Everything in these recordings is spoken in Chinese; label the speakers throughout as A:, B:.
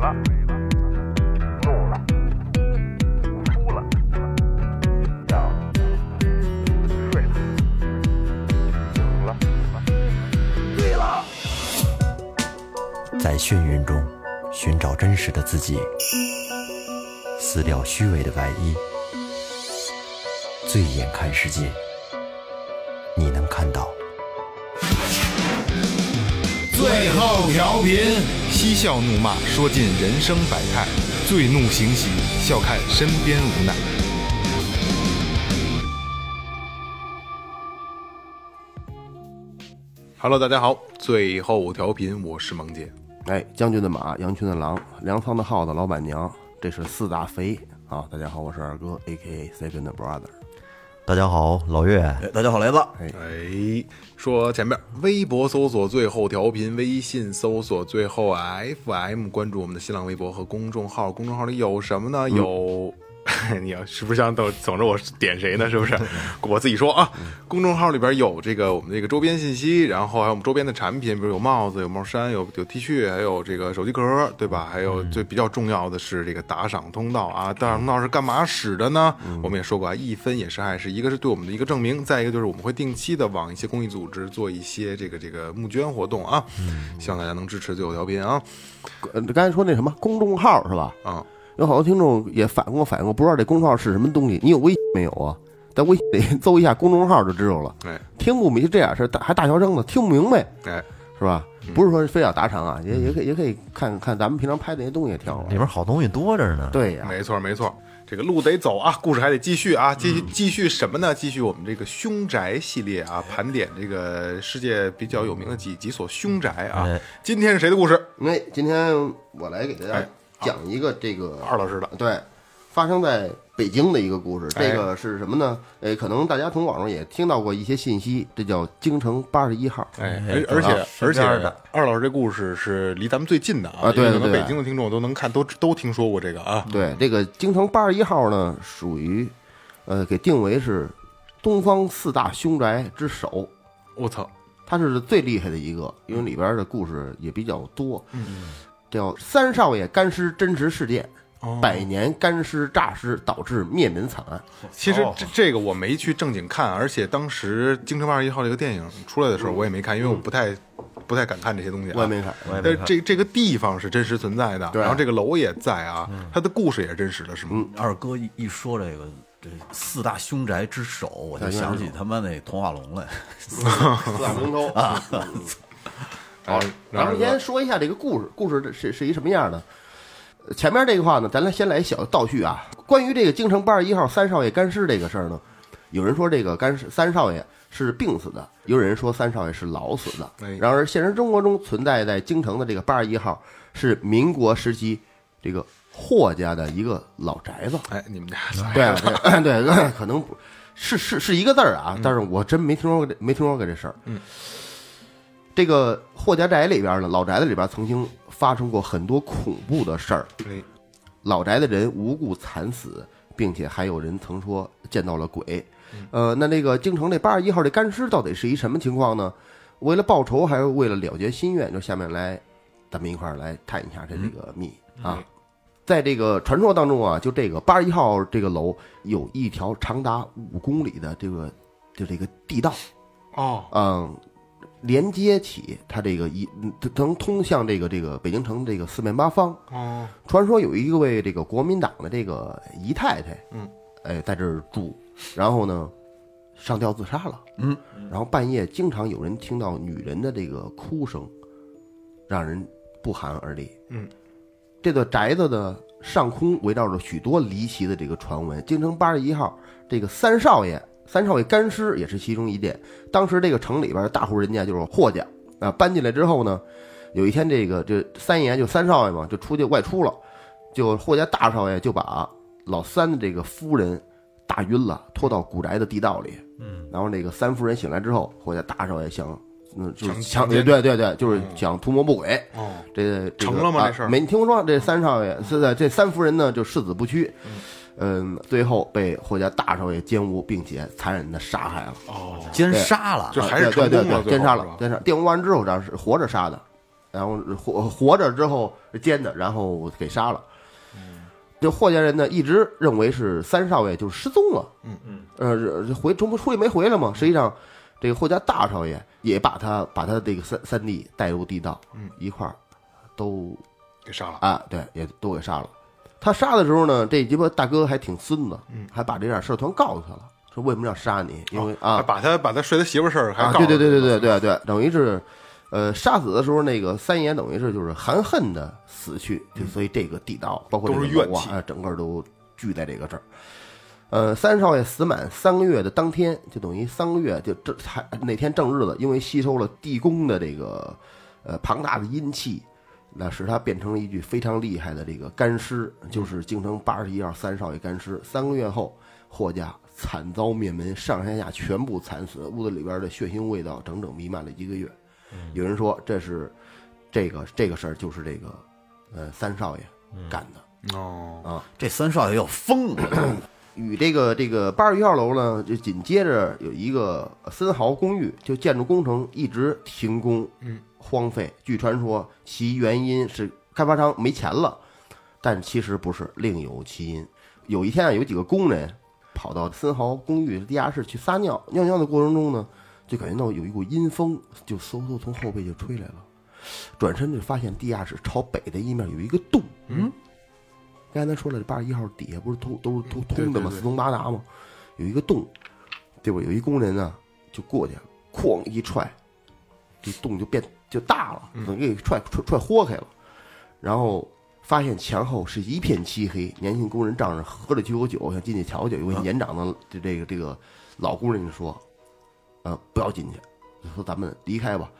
A: 了，怒了，哭了，笑了，睡了，醒了，醉了。
B: 在眩晕中寻找真实的自己，撕掉虚伪的外衣，醉眼看世界，你能看到。
C: 最后调频，嬉笑怒骂，说尽人生百态；醉怒行喜，笑看身边无奈。Hello，大家好，最后调频，我是萌姐。
D: 哎，将军的马，羊群的狼，粮仓的耗子，老板娘，这是四大肥啊！大家好，我是二哥，A K A Second Brother。
B: 大家好，老岳，
E: 大家好，雷子。
C: 哎，说前面，微博搜索最后调频，微信搜索最后 FM，关注我们的新浪微博和公众号。公众号里有什么呢？有。嗯 你要是不是想等等着我点谁呢？是 不是？我自己说啊，公众号里边有这个我们这个周边信息，然后还有我们周边的产品，比如有帽子、有帽衫、有有 T 恤，还有这个手机壳，对吧？还有最比较重要的是这个打赏通道啊，打赏通道是干嘛使的呢？我们也说过啊，一分也是爱，是一个是对我们的一个证明，再一个就是我们会定期的往一些公益组织做一些这个这个募捐活动啊，希望大家能支持最后调频啊
D: 呃刚才说那什么公众号是吧？
C: 啊。
D: 有好多听众也反过反过，不知道这公众号是什么东西。你有微信没有啊？在微信里搜一下公众号就知道了。
C: 哎
D: 听不明这样事儿，大还大学生呢，听不明白
C: 哎，
D: 是吧？不是说非要打赏啊，也也可以也可以看看咱们平常拍的那些东西，也挺好玩
B: 里
D: 儿。
B: 边好东西多着呢。
D: 对呀、
C: 没错，没错，这个路得走啊，故事还得继续啊，继续、继续什么呢？继续我们这个凶宅系列啊，盘点这个世界比较有名的几几所凶宅啊。
B: 哎
C: 今天是谁的故事？
D: 那哎今天我来给大家
C: 哎
D: 讲一个这个
C: 二老师的。
D: 对，发生在北京的一个故事。
C: 哎
D: 这个是什么呢？呃，可能大家从网上也听到过一些信息，这叫京城八十一号。
C: 哎，而而且
B: 身
C: 而且
B: 边的，
C: 二老师这故事是离咱们最近的啊，
D: 啊对
C: 因为我们
D: 对对
C: 北京的听众都能看，都都听说过这个啊。
D: 对，这个京城八十一号呢，属于呃给定为是东方四大凶宅之首，
C: 我操，
D: 它是最厉害的一个，因为里边的故事也比较多。
C: 嗯
D: 叫三少爷干尸真实事件，
C: 哦
D: 百年干尸诈尸导致灭门惨案。
C: 其实这这个我没去正经看，而且当时《京城八十一号》这个电影出来的时候，我也没看，因为我不太不太敢看这些东西、啊。
D: 我也 没看，
B: 我也没
C: 但
B: 看
C: 这这个地方是真实存在的，
D: 对
C: 然后这个楼也在啊，它的故事也是真实的，是吗？
E: 二哥一一说这个这四大凶宅之首，我就
D: 对
E: 想起他妈那童话龙 来。
D: 四大名头 啊。
C: 好，然
D: 咱
C: 后
D: 们先说一下这个故事，故事是是一什么样的？呃前面这个话呢，咱来先来一小倒叙啊。关于这个京城八十一号三少爷干尸这个事儿呢，有人说这个干尸三少爷是病死的，有人说三少爷是老死的
C: 哎。
D: 然而，现实中国中存在在京城的这个八十一号是民国时期这个霍家的一个老宅子。
C: 哎，你们家
D: 对对 对，可能不是是是一个字儿啊，但是我真没听说过这没听说过这事儿。
C: 嗯，
D: 这个霍家宅里边呢，老宅子里边曾经发生过很多恐怖的事儿，
C: 哎
D: 老宅的人无故惨死，并且还有人曾说见到了鬼。呃，那那个京城这八十一号这干尸到底是一什么情况呢？为了报仇，还是为了了结心愿？就下面来，咱们一块儿来探一下这这个秘啊。在这个传说当中啊，就这个八十一号这个楼有一条长达五公里的这个就这个地道，
C: 哦，
D: 嗯，连接起它这个一嗯能通向这个这个北京城这个四面八方。
C: 哦，
D: 传说有一位这个国民党的这个姨太太，
C: 嗯，
D: 哎，在这儿住，然后呢，上吊自杀了，
E: 嗯，
D: 然后半夜经常有人听到女人的这个哭声，让人不寒而栗，
C: 嗯，
D: 这座宅子的上空围绕着许多离奇的这个传闻，京城八十一号这个三少爷，三少爷干尸也是其中一点。当时这个城里边大户人家就是霍家啊，搬进来之后呢，有一天这个这三爷就三少爷嘛，就出去外出了，就霍家大少爷就把老三的这个夫人打晕了，拖到古宅的地道里。嗯，然后那个三夫人醒来之后，霍家大少爷想，嗯，就是
C: 强
D: 强，
C: 强奸
D: 对对对，就是
C: 嗯
D: 想图谋不轨。
C: 哦，
D: 这这个
C: 成了吗
D: 啊
C: 这事儿
D: 没，你听我说，这三少爷是在这三夫人呢，就誓死不屈，嗯，最后被霍家大少爷奸污，并且残忍的杀害了，
C: 哦，
E: 奸杀了
C: 就还是成
D: 对对
C: 功了
D: 啊对，
C: 最
D: 奸
C: 后
D: 杀
C: 是吧
D: 了，奸杀，玷污完之后，然后是活着杀的，然后活活着之后奸的，然后给杀了。
C: 嗯
D: 就霍家人呢，一直认为是三少爷就是失踪了，
C: 嗯
D: 嗯，呃，回中不出去没回来嘛。实际上，这个霍家大少爷也把他把他这个三三弟带入地道，
C: 嗯，
D: 一块儿都
C: 给杀了。
D: 啊，对，也都给杀了。他杀的时候呢，这鸡巴大哥还挺孙子，
C: 嗯哦
D: 还把这点事儿全告诉他了，说为什么要杀你，因为、
C: 还
D: 啊
C: 把他把他睡他媳妇儿事儿还
D: 啊，
C: 告
D: 对
C: 诉
D: 对对对
C: 他
D: 对对对，等于是，呃，杀死的时候那个三爷等于是就是含恨的死去，就所以这个地道包括这
C: 嗯都
D: 个
C: 是
D: 楼
C: 怨
D: 啊
C: 气，
D: 啊整个都聚在这个这儿。呃，三少爷死满三个月的当天，就等于三个月就这才那天正日子，因为吸收了地宫的这个呃庞大的阴气，那使他变成了一具非常厉害的这个干尸，就是京城八十一号三少爷干尸。三个月后，霍家惨遭灭门，上山下全部惨死，屋子里边的血腥味道整整弥漫了一个月。有人说这是这个这个事儿就是这个呃三少爷干的。
C: 哦，
E: 这三少爷要疯了，
D: 与这个这个八十一号楼呢，就紧接着有一个森豪公寓，就建筑工程一直停工，
C: 嗯，
D: 荒废。据传说，其原因是开发商没钱了，但其实不是，另有其因。有一天啊，有几个工人跑到森豪公寓地下室去撒尿，尿尿的过程中呢，就感觉到有一股阴风，就嗖嗖从后背就吹来了。转身就发现地下室朝北的一面有一个洞，嗯，刚才咱说了，这八十一号底下不是通都是通
C: 嗯
D: 通的
C: 对对
D: 吗？
C: 对
D: 四通八达吗？有一个洞，对吧？有一工人啊，就过去，哐一踹，这洞就变就大了，
C: 嗯
D: 能给踹踹踹豁开了。然后发现墙后是一片漆黑，年轻工人仗着喝了几口酒，想进去瞧瞧。有位年长的这这个这个老工人就说：“呃，不要进去，就说咱们离开吧。”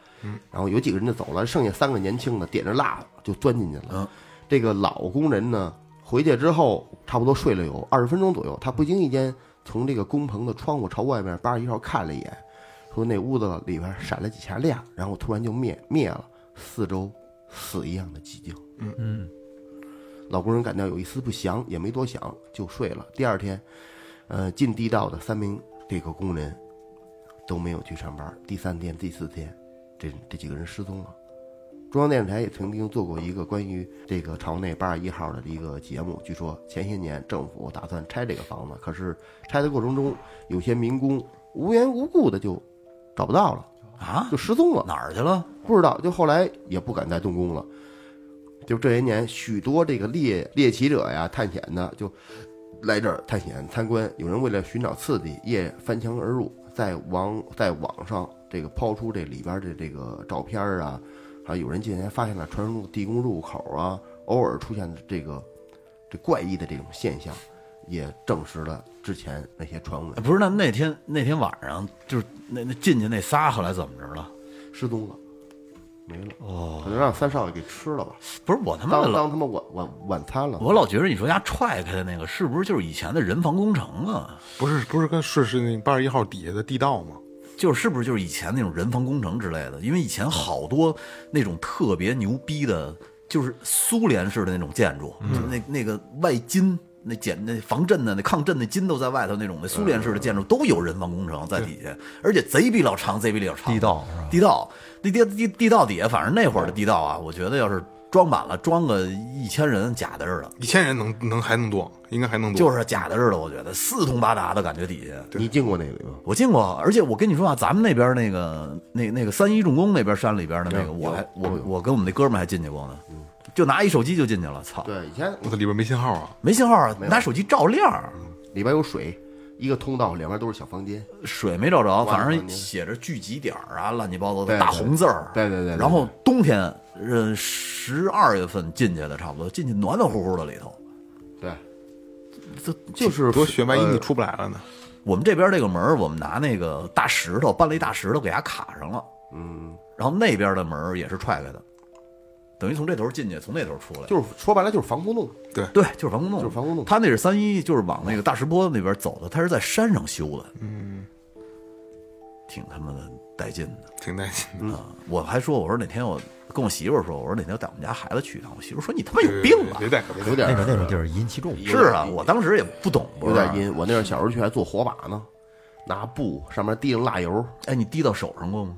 D: 然后有几个人就走了，剩下三个年轻的点着蜡就钻进去了。
E: 嗯
D: 这个老工人呢，回去之后差不多睡了有二十分钟左右，他不经意间从这个工棚的窗户朝外面八十一号看了一眼，说那屋子里边闪了几下亮，然后突然就灭灭了，四周死一样的寂静。
F: 嗯，
D: 老工人感到有一丝不祥，也没多想就睡了。第二天，呃，进地道的三名这个工人都没有去上班。第三天、第四天，这这几个人失踪了。中央电视台也曾经做过一个关于这个朝内八十一号的一个节目。据说前些年政府打算拆这个房子，可是拆的过程中，有些民工无缘无故的就找不到了，
E: 啊，
D: 就失踪了。
E: 哪儿去了？
D: 不知道，就后来也不敢再动工了。就这些年，许多这个猎猎奇者呀、探险的，就来这儿探险参观。有人为了寻找刺激，夜翻墙而入，在网在网上这个抛出这里边的这个照片儿啊，啊，有人竟然发现了传入地宫入口啊，偶尔出现的这个这怪异的这种现象，也证实了之前那些传闻
E: 哎不是，那那天那天晚上就是那那进去那仨后来怎么着了？
D: 失踪了，没了，
E: 哦，
D: 可能让三少爷给吃了吧，
E: 不是我他妈的
D: 当
E: 老
D: 当他妈晚晚晚餐了。
E: 我老觉着你说丫踹开的那个是不是就是以前的人防工程啊？
C: 不是不是跟是是那八十一号底下的地道吗？
E: 就是是不是就是以前那种人防工程之类的？因为以前好多那种特别牛逼的，就是苏联式的那种建筑，
F: 嗯
E: 就那那个外筋。那建那防震的、那抗震的筋都在外头，那种的苏联式的
F: 嗯
E: 建筑都有人防工程在底下，而且贼比老长，贼比老长。
F: 地道是吧
E: 地道，地地地地道底下，反正那会儿的地道啊，我觉得要是装满了，装个一千人，假的似的，
C: 一千人能能还能多，应该还能多。
E: 就是假的似的。我觉得四通八达的感觉底下，
D: 你进过那个吗？
E: 我进过，而且我跟你说啊，咱们那边那个那那个三一重工那边山里边的那个，
D: 嗯
E: 我还我
D: 有有嗯
E: 我跟我们那哥们儿还进去过呢，就拿一手机就进去了，操，
D: 对，以前嗯
C: 我操，里边没信号啊！
E: 没信号啊，拿手机照亮儿，
D: 里边有水，一个通道，两边都是小房间。
E: 水没照着，
D: 完了
E: 反正
D: 你
E: 写着聚集点儿啊，乱七八糟
D: 对
E: 的大红字儿，
D: 对对对对对
E: 然后冬天，呃，十二月份进去的，差不多进去暖暖乎乎的里头。
D: 对，
E: 这
D: 就是
C: 多雪万一
D: 呃
C: 你出不来了呢？
E: 我们这边这个门儿，我们拿那个大石头搬了一大石头给它卡上了，
D: 嗯，
E: 然后那边的门儿也是踹开的，等于从这头进去，从那头出来。
D: 就是说白了就是防空洞。
E: 对，就是防空洞，
D: 就是防空洞
E: 他那是三一，就是往那个大石坡那边走的，他是在山上修的，
C: 嗯，
E: 挺他妈的带劲的
C: 挺带劲的。
E: 啊！我还说，我说哪天我跟我媳妇儿说，我说哪天我带我们家孩子去一趟，我媳妇儿说你他妈有病吧
C: 别？带可别带
D: 有点
F: 那种那种地儿阴气重，
E: 是啊，我啊当时也不懂，不
D: 有
E: 是
D: 点。阴。我那会儿小时候去还做火把呢，拿布上面滴上蜡油，
E: 哎，你滴到手上过吗？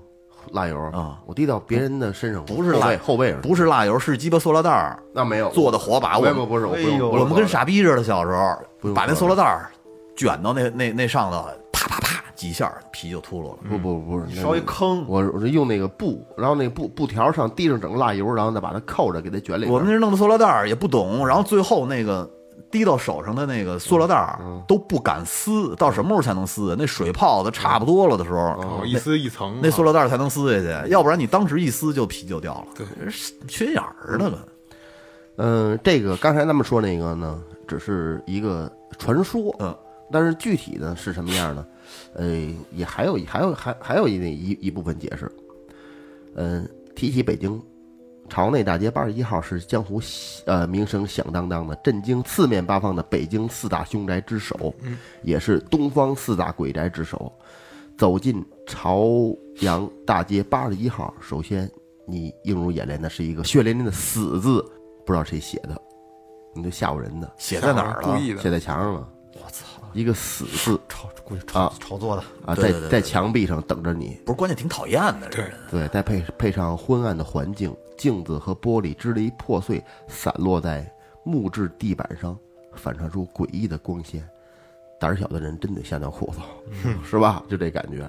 D: 蜡油
E: 啊，
D: 我滴到别人的身上，
E: 不是
D: 后
E: 蜡
D: 背后背上，
E: 不是蜡油，是鸡巴塑料袋儿。
D: 那没有
E: 做的火把
D: 没
E: 我
D: 有
E: 们
D: 没有不是，我不
F: 哎
D: 用，
F: 呦
D: 不
E: 我
D: 用
E: 们跟
D: 做的
E: 傻逼似的，小时候
D: 用
E: 把那
D: 喝
E: 塑料袋儿卷到那那那上头，啪啪啪几下儿皮就秃噜了。
D: 不不不是，那
F: 烧一坑，
D: 我我是用那个布，然后那布布条上滴上整个蜡油，然后再把它扣着，给它卷里边。
E: 我们那弄的塑料袋儿也不懂，然后最后那个滴到手上的那个塑料袋儿都不敢撕，到什么时候才能撕？啊那水泡子差不多了的时候
C: 哦，，一丝一层啊，
E: 那塑料袋儿才能撕下去，要不然你当时一撕就皮就掉了。
C: 对，
E: 缺心眼儿那个。
D: 嗯，这个刚才咱们说那个呢，只是一个传说，
E: 嗯，
D: 但是具体呢是什么样呢？呃，也还有还有还还有一一一部分解释。嗯，提起北京朝内大街八十一号是江湖呃名声响当当的，震惊四面八方的北京四大凶宅之首，也是东方四大鬼宅之首。走进朝阳大街八十一号，首先你映入眼帘的是一个血淋淋的“死”字，不知道谁写的，你就吓唬人的，
E: 写在哪儿
C: 故
E: 了？
C: 意的
D: 写在墙上了，
F: 我操，
D: 一个“死”字
F: 炒估计炒炒作的，
D: 啊，
E: 对
D: 在
E: 对对
D: 在墙壁上等着你，
E: 不是，关键挺讨厌的。这
C: 对
E: 人
D: 对，再配配上昏暗的环境，镜子和玻璃支离破碎，散落在木质地板上，反射出诡异的光线。胆儿小的人真得吓尿裤子， 是吧？就这感觉。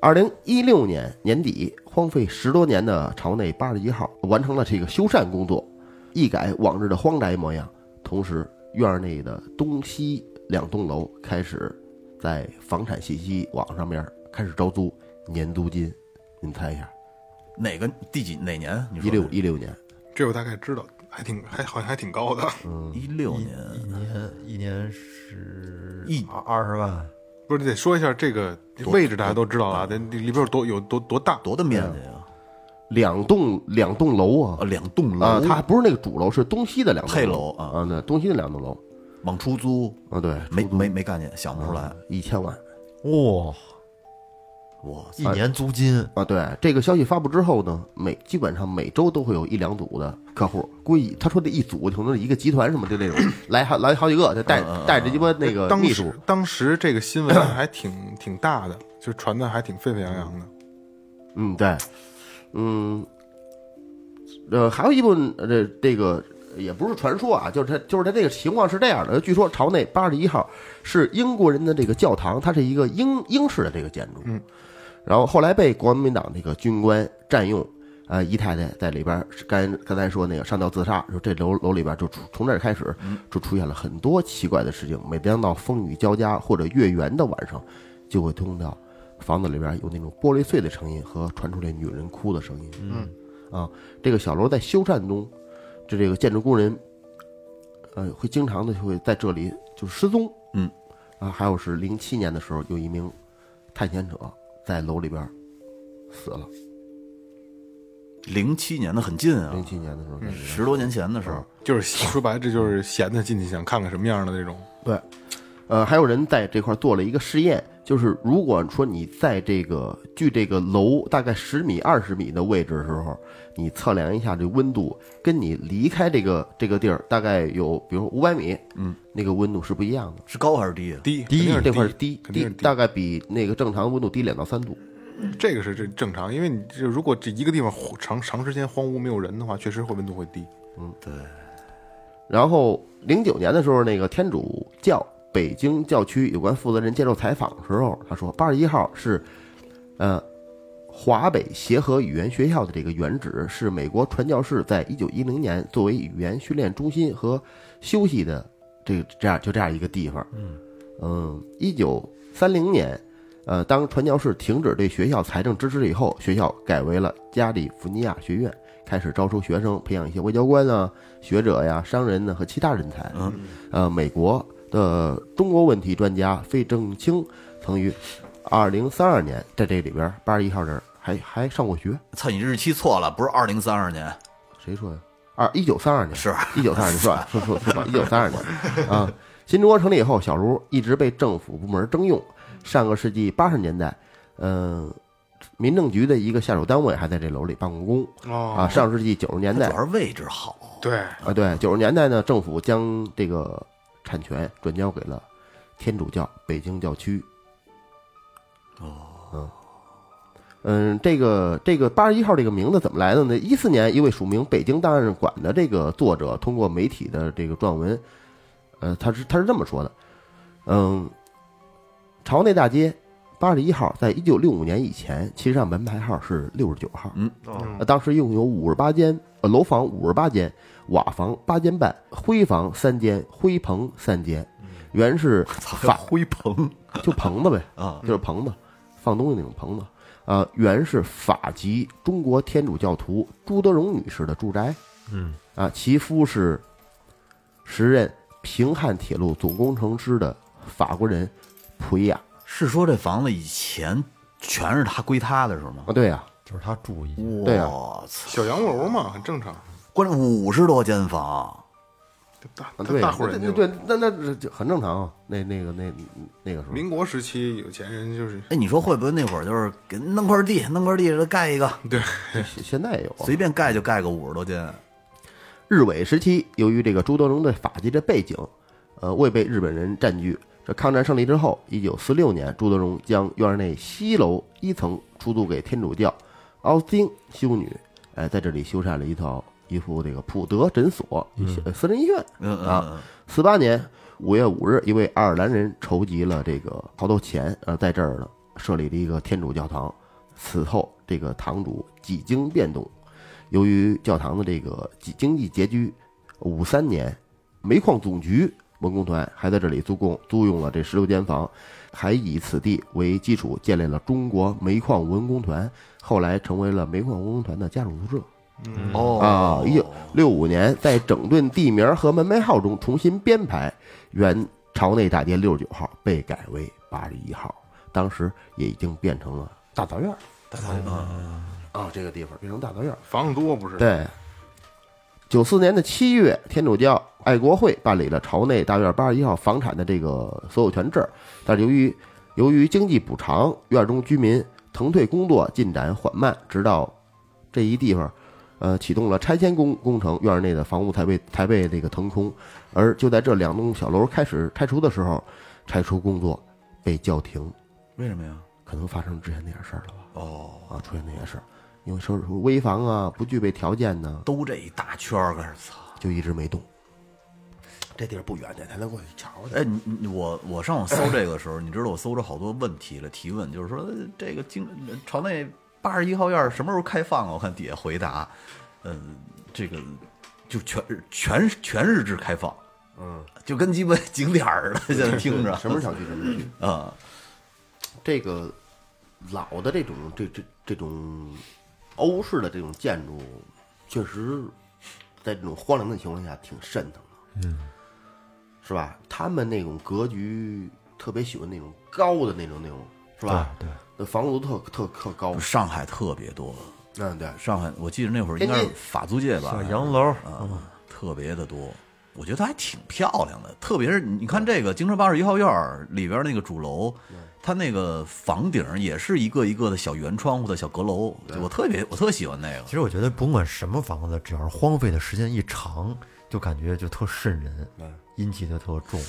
D: 二零一六年年底，荒废十多年的朝内八十一号完成了这个修缮工作，一改往日的荒宅模样。同时，院内的东西两栋楼开始在房产信息网上面开始招租，年租金，你们猜一下？
E: 哪个第几哪年？啊你说
D: 一六一六年，
C: 这我大概知道，还挺还好像还挺高的，
E: 一六年，
F: 一年一年十
E: 一
F: 二二十万，
C: 不是得说一下这个位置，大家都知道了啊，但里边有多有多多大？
E: 多大面积啊？
D: 两栋两栋楼啊
E: 啊，，两栋楼
D: 啊，它还不是那个主楼，是东西的两栋
E: 配楼啊
D: 啊，对，东西的两栋楼
E: 往出租，
D: 啊，对，
E: 没没没概念，想不出来。
D: 一千万
F: 哇，
E: 哇，
F: 一年租金
D: 啊，对，这个消息发布之后呢，每基本上每周都会有一两组的客户，估计他说的一组可能是一个集团什么的 那种，来好来好几个，
E: 嗯
D: 就带带着鸡巴那个
C: 当
D: 秘书
C: 时，当时这个新闻还挺挺大的，就传的还挺沸沸扬扬的。
D: 嗯，对，嗯，呃，还有一部分呃这这个也不是传说啊，就是他就是他这个情况是这样的，据说朝内八十一号是英国人的这个教堂，它是一个英英式的这个建筑，嗯，然后后来被国民党这个军官占用。呃，姨太太在里边儿是刚刚才说那个上吊自杀，说这楼楼里边就出从这儿开始就出现了很多奇怪的事情。每当到风雨交加或者月圆的晚上，就会听到房子里边有那种玻璃碎的声音和传出来女人哭的声音。嗯，啊，这个小楼在修缮中，这这个建筑工人，呃，会经常的就会在这里就失踪。
E: 嗯，
D: 啊，还有是零七年的时候，有一名探险者在楼里边死了。
E: 零七年的很近啊
D: 零，七嗯年的时候，
E: 十多年前的事儿。
C: 就是说白了，这就是闲的进去想看看什么样的那种。
D: 对，呃，还有人在这块儿做了一个试验，就是如果说你在这个距这个楼大概十米、二十米的位置的时候，你测量一下这温度，跟你离开这个这个地儿大概有，比如五百米，嗯，那个温度是不一样的。
E: 是高还是低啊？
C: 低肯
F: 低
C: 定是
D: 这块儿是
C: 低
D: 低
C: 肯定
D: 低
C: 是，
D: 大概比那个正常温度低两到三度。
C: 这个是这正常，因为你这如果这一个地方荒长长时间荒芜没有人的话，确实会温度会低。
D: 然后零九年的时候，那个天主教北京教区有关负责人接受采访的时候，他说八十一号是，呃，华北协和语言学校的这个原址是美国传教士在一九一零年作为语言训练中心和休息的这个这样就这样一个地方。嗯一九三零年。呃，当传教士停止对学校财政支持以后，学校改为了加利福尼亚学院，开始招收学生，培养一些外交官啊、学者呀、商人呢和其他人才。嗯，呃，美国的中国问题专家费正清曾于二零三二年在这里边八十一号这儿还还上过学。
E: 操，你日期错了，不是二零三二年，
D: 谁说的？二一九三二年
E: 是
D: 一九三二年，说说说说吧，一九三二年啊。新中国成立以后，小卢一直被政府部门征用。上个世纪八十年代，嗯、民政局的一个下属单位还在这楼里办过工
C: 哦
D: 啊。上世纪九十年
E: 它
D: 代
E: 主，要是位置好。
C: 对，
D: 啊，对，九十年代呢，政府将这个产权转交给了天主教北京教区。哦，嗯，嗯，这个这个八十一号这个名字怎么来的呢？一四年，一位署名北京档案馆的这个作者通过媒体的这个撰文，呃，他是他是这么说的，嗯，朝内大街八十一号，在一九六五年以前，其实上门牌号是六十九号，
F: 哦，
D: 呃，当时一共有五十八间，呃，楼房五十八间，瓦房八间半，灰房三间，灰棚三间，原是
E: 发灰棚
D: 就棚子呗，
E: 啊，
D: 就是棚子，放东西那种棚子。呃，原是法籍中国天主教徒朱德荣女士的住宅。
F: 嗯，
D: 啊，其夫是时任平汉铁路总工程师的法国人普伊亚。
E: 是说这房子以前全是他归他的是吗？
D: 啊，对呀、
F: 就是他注意，
D: 对啊
E: 我操，
C: 小洋楼嘛，很正常。
E: 关键五十多间房，
C: 大
D: 啊，
C: 大
D: 对呀、
C: 大户人家
D: 对
C: 嘛，
D: 对，那那那这很正常啊。那那个那那个时候，
C: 民国时期有钱人就是
E: 哎，你说会不会那会儿就是给弄块地，弄块地给他盖一个，
D: 现现在也有啊。
E: 随便盖就盖个五十多间，
D: 日伪时期，由于这个朱德荣的法籍的背景，呃，未被日本人占据。这抗战胜利之后，一九四六年，朱德荣将院儿内西楼一层出租给天主教奥斯汀修女，哎、在这里修缮了一套一副这个普德诊所、呃私人医院。
E: 嗯嗯
D: 啊
E: 嗯，
D: 四八年五月五日，一位爱尔兰人筹集了这个好多钱，呃，在这儿呢设立了一个天主教堂。此后，这个堂主几经变动，由于教堂的这个经经济拮据，五三年煤矿总局文工团还在这里租共租用了这十六间房，还以此地为基础建立了中国煤矿文工团，后来成为了煤矿文工团的家属宿舍。
E: 哦
D: 啊，一九六五年在整顿地名和门牌号中重新编排，原朝内大街六十九号被改为八十一号，当时也已经变成了大杂院儿。大杂院啊，这个地方变成大杂院儿。
C: 房子多不是？
D: 对，九四年的七月，天主教爱国会办理了朝内大院八十一号房产的这个所有权证，但是由于由于经济补偿，院中居民腾退工作进展缓慢，直到这一地方，呃，启动了拆迁工工程，院内的房屋才被才被这个腾空。而就在这两栋小楼开始拆除的时候，拆除工作被叫停，
E: 为什么呀？
D: 可能发生之前那点事儿了吧？
E: 哦，
D: 啊，出现那些事儿，因为说是危房啊，不具备条件呢、
E: 都这一大圈儿，可是操！
D: 就一直没动。这地儿不远的，咱能过去瞧瞧。
E: 哎，你你我我上网搜这个时候，你知道我搜着好多问题了，提问就是说呃这个经朝内八十一号院儿什么时候开放啊？我看底下回答，嗯，这个就全全全日制开放，嗯，就跟鸡巴景点儿似的，现在听着
D: 什么时候想去什么时候去。
E: 啊，
D: 哎嗯这个老的这种这这这种欧式的这种建筑，确实在这种荒凉的情况下挺瘆腾的，嗯，是吧？他们那种格局特别喜欢那种高的那种那种，是吧？
F: 对对，
D: 那房租特特特高，
E: 嗯上海特别多，
D: 嗯对，
E: 上海我记得那会儿应该
D: 天
E: 是
D: 津
E: 法租界吧，
F: 小洋楼，嗯
E: 啊，特别的多。我觉得还挺漂亮的，特别是你看这个京城八十一号院儿里边那个主楼，它那个房顶儿也是一个一个的小圆窗户的小阁楼，我特别我特喜欢那个
F: 其。实我觉得甭管什么房子，只要是荒废的时间一长，就感觉就特瘆人，
E: 嗯
F: 阴气就特重。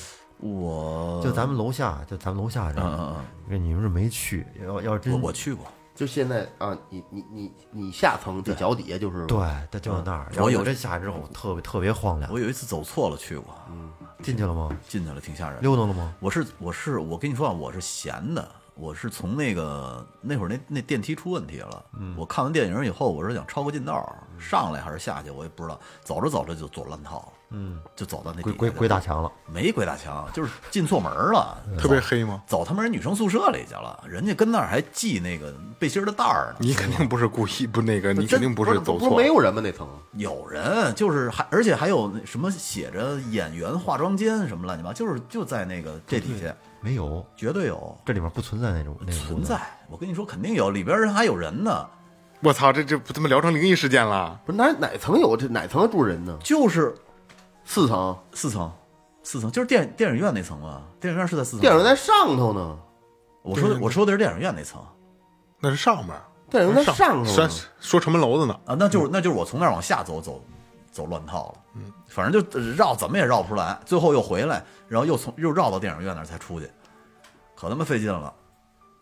E: 我
F: 就咱们楼下，就咱们楼下人，
E: 嗯嗯
F: 因为你们是没去，要要真
E: 我我去过，
D: 就现在啊，你你你你下层这脚底下就是
F: 对，他就在那儿。然
E: 嗯
F: 后
E: 我有嗯
F: 真下去之后，我特别特别荒凉
E: 我。有一次走错了去过，
F: 嗯进去了吗？
E: 进去了挺吓人的。
F: 溜达了吗？
E: 我是我是我跟你说啊，我是闲的，我是从那个那会儿那那电梯出问题了，
F: 嗯
E: 我看完电影以后，我是想抄个近道儿上来还是下去，我也不知道，走着走着就走烂套了，嗯，就走到那
F: 鬼
E: 底
F: 鬼
E: 下
F: 鬼嗯打墙了，
E: 没鬼打墙，就是进错门儿了，
C: 特别黑吗？
E: 走他妈人女生宿舍里去了，人家跟那儿还系那个背心儿的带儿
F: 嗯
E: 呢，
C: 你肯定不是故意，不那个，你肯定
D: 不
C: 是走
D: 不
C: 错
D: 是没。有人吗？那层
E: 有人就是还而且还有那什么写着演员化妆间什么乱七八，就是就在那个这底下，
F: 没有，
E: 绝对有。
F: 这里面不存在那种那种
E: 存在，我跟你说肯定有，里边人还有人呢。
C: 我操，这这他妈聊成灵异事件了。
D: 不是哪哪层有这哪层住人呢？
E: 就是
D: 四层，
E: 四层，四层就是电电影院那层吧？电影院是在四层。
D: 电影院在上头呢，
E: 我说的我说的是电影院那层
C: 那是上面，
D: 电影院在上头
C: 说
D: 呢。
C: 说城门楼子呢，
E: 啊，那就是那就是我从那儿往下走走走乱套了，嗯，反正就绕怎么也绕不出来，最后又回来，然后又从又绕到电影院那儿才出去，可他妈费劲了。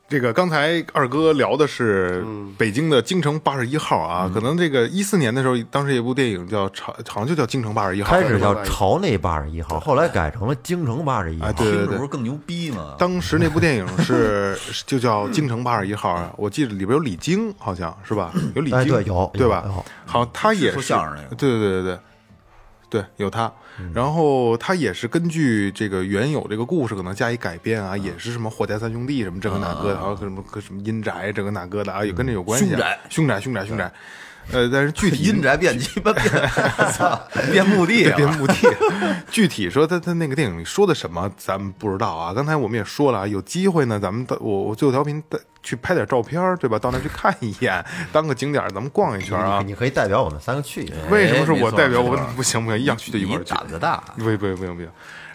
C: 这个刚才二哥聊的是
F: 嗯
C: 北京的京城八十一号啊，可能这个一四年的时候，当时有一部电影叫《朝》，好像就叫《京城八十一号》。
F: 开始叫朝内八十一号，后来改成了京城八十一
C: 啊
F: 号。
C: 对对
E: 听
C: 对
E: 着不是更牛逼
F: 啊
E: 吗？
C: 当时那部电影是 是就叫《京城八十一号》啊，我记得里边有李菁，好像是吧？有李
F: 哎
C: 菁，
F: 对有
C: 对吧
F: 有有？
C: 好，他也
E: 是说
C: 是
E: 相声那个
C: 对对对对对。对，有他，
F: 嗯
C: 然后他也是根据这个原有这个故事可能加以改编
F: 嗯
C: 啊，也是什么霍家三兄弟什么这个那个
F: 啊
C: 的，然后什么什么阴宅这个那个的啊，也跟这有关系啊。
E: 凶宅
C: 凶宅，凶宅，凶宅。呃，但是具体
E: 阴宅变鸡 巴变，操，变墓地
C: 对，
E: 了。
C: 目的。 具体说他他那个电影里说的什么，咱们不知道啊。刚才我们也说了啊，有机会呢，咱们到我我最后调频带去拍点照片儿，对吧？到那儿去看一眼，当个景点儿，咱们逛一圈儿啊
F: 你。你可以代表我们三个去一遍。
C: 为什么是
E: 没
C: 我
E: 错
C: 代表
E: 没
C: 我
E: 错？
C: 不行不行，一样去就一块
E: 你
C: 儿去。
E: 胆子大，
C: 不行不行不行不行。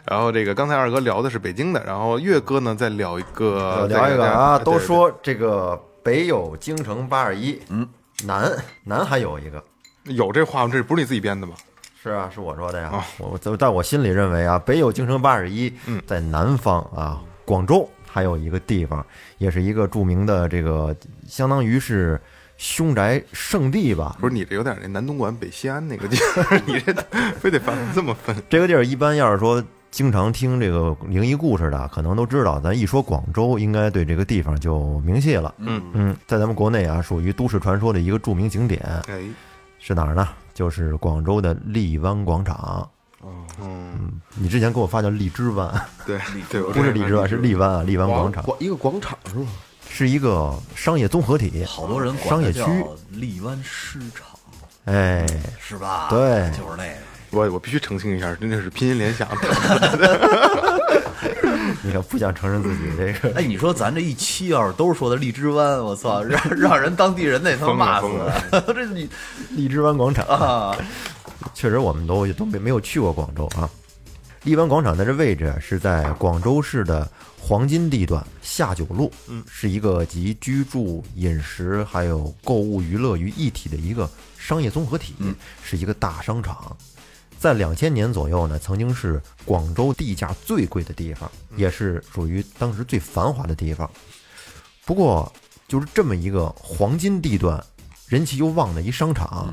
C: 然后这个刚才二哥聊的是北京的，然后岳哥呢再聊一个，
F: 聊
C: 呃再
F: 一个
C: 给大家
F: 啊，
C: 对
F: 都
C: 对
F: 说这个北有京城八十一，嗯，南南还有一个，
C: 对有这话吗，这不是你自己编的吧？
F: 是啊，是我说的呀。
C: 哦
F: 我我但我心里认为啊，北有京城八十一，
C: 嗯
F: 在南方啊，广州还有一个地方，也是一个著名的这个，相当于是凶宅圣地吧。
C: 不是你这有点那南东莞北西安那个劲儿， 你这非得反这么分。
F: 这个地儿一般要是说经常听这个灵异故事的，可能都知道。咱一说广州，应该对这个地方就明晰了。
E: 嗯
F: 嗯，在咱们国内啊，属于都市传说的一个著名景点
C: 哎，
F: 是哪儿呢？就是广州的荔湾广场。
C: 嗯，
F: 你之前给我发叫荔枝湾，
C: 对对，我
F: 不
C: 这
F: 是荔枝湾，是荔湾啊，荔湾广场。
D: 广一个广场是吗？
F: 是一个商业综合体，
E: 好多人管
F: 商
E: 它
F: 业
E: 叫
F: 区，
E: 荔湾市场
F: 哎，
E: 是吧？
F: 对
E: 就是那个。
C: 我我必须澄清一下，真的是拼音联想。
F: 你可不想承认自己这个
E: 哎，你说咱这一期要是都是说的荔枝湾，我操，让让人当地人得他妈骂死
C: 疯了
E: 这你
F: 荔枝湾广场，
E: 啊，
F: 确实我们都都没没有去过广州啊。荔湾广场在这位置是在广州市的黄金地段下九路，嗯，是一个集居住、饮食还有购物娱乐于一体的一个商业综合体，是一个大商场。在两千年左右呢，曾经是广州地价最贵的地方，也是属于当时最繁华的地方。不过，就是这么一个黄金地段、人气又旺的一商场，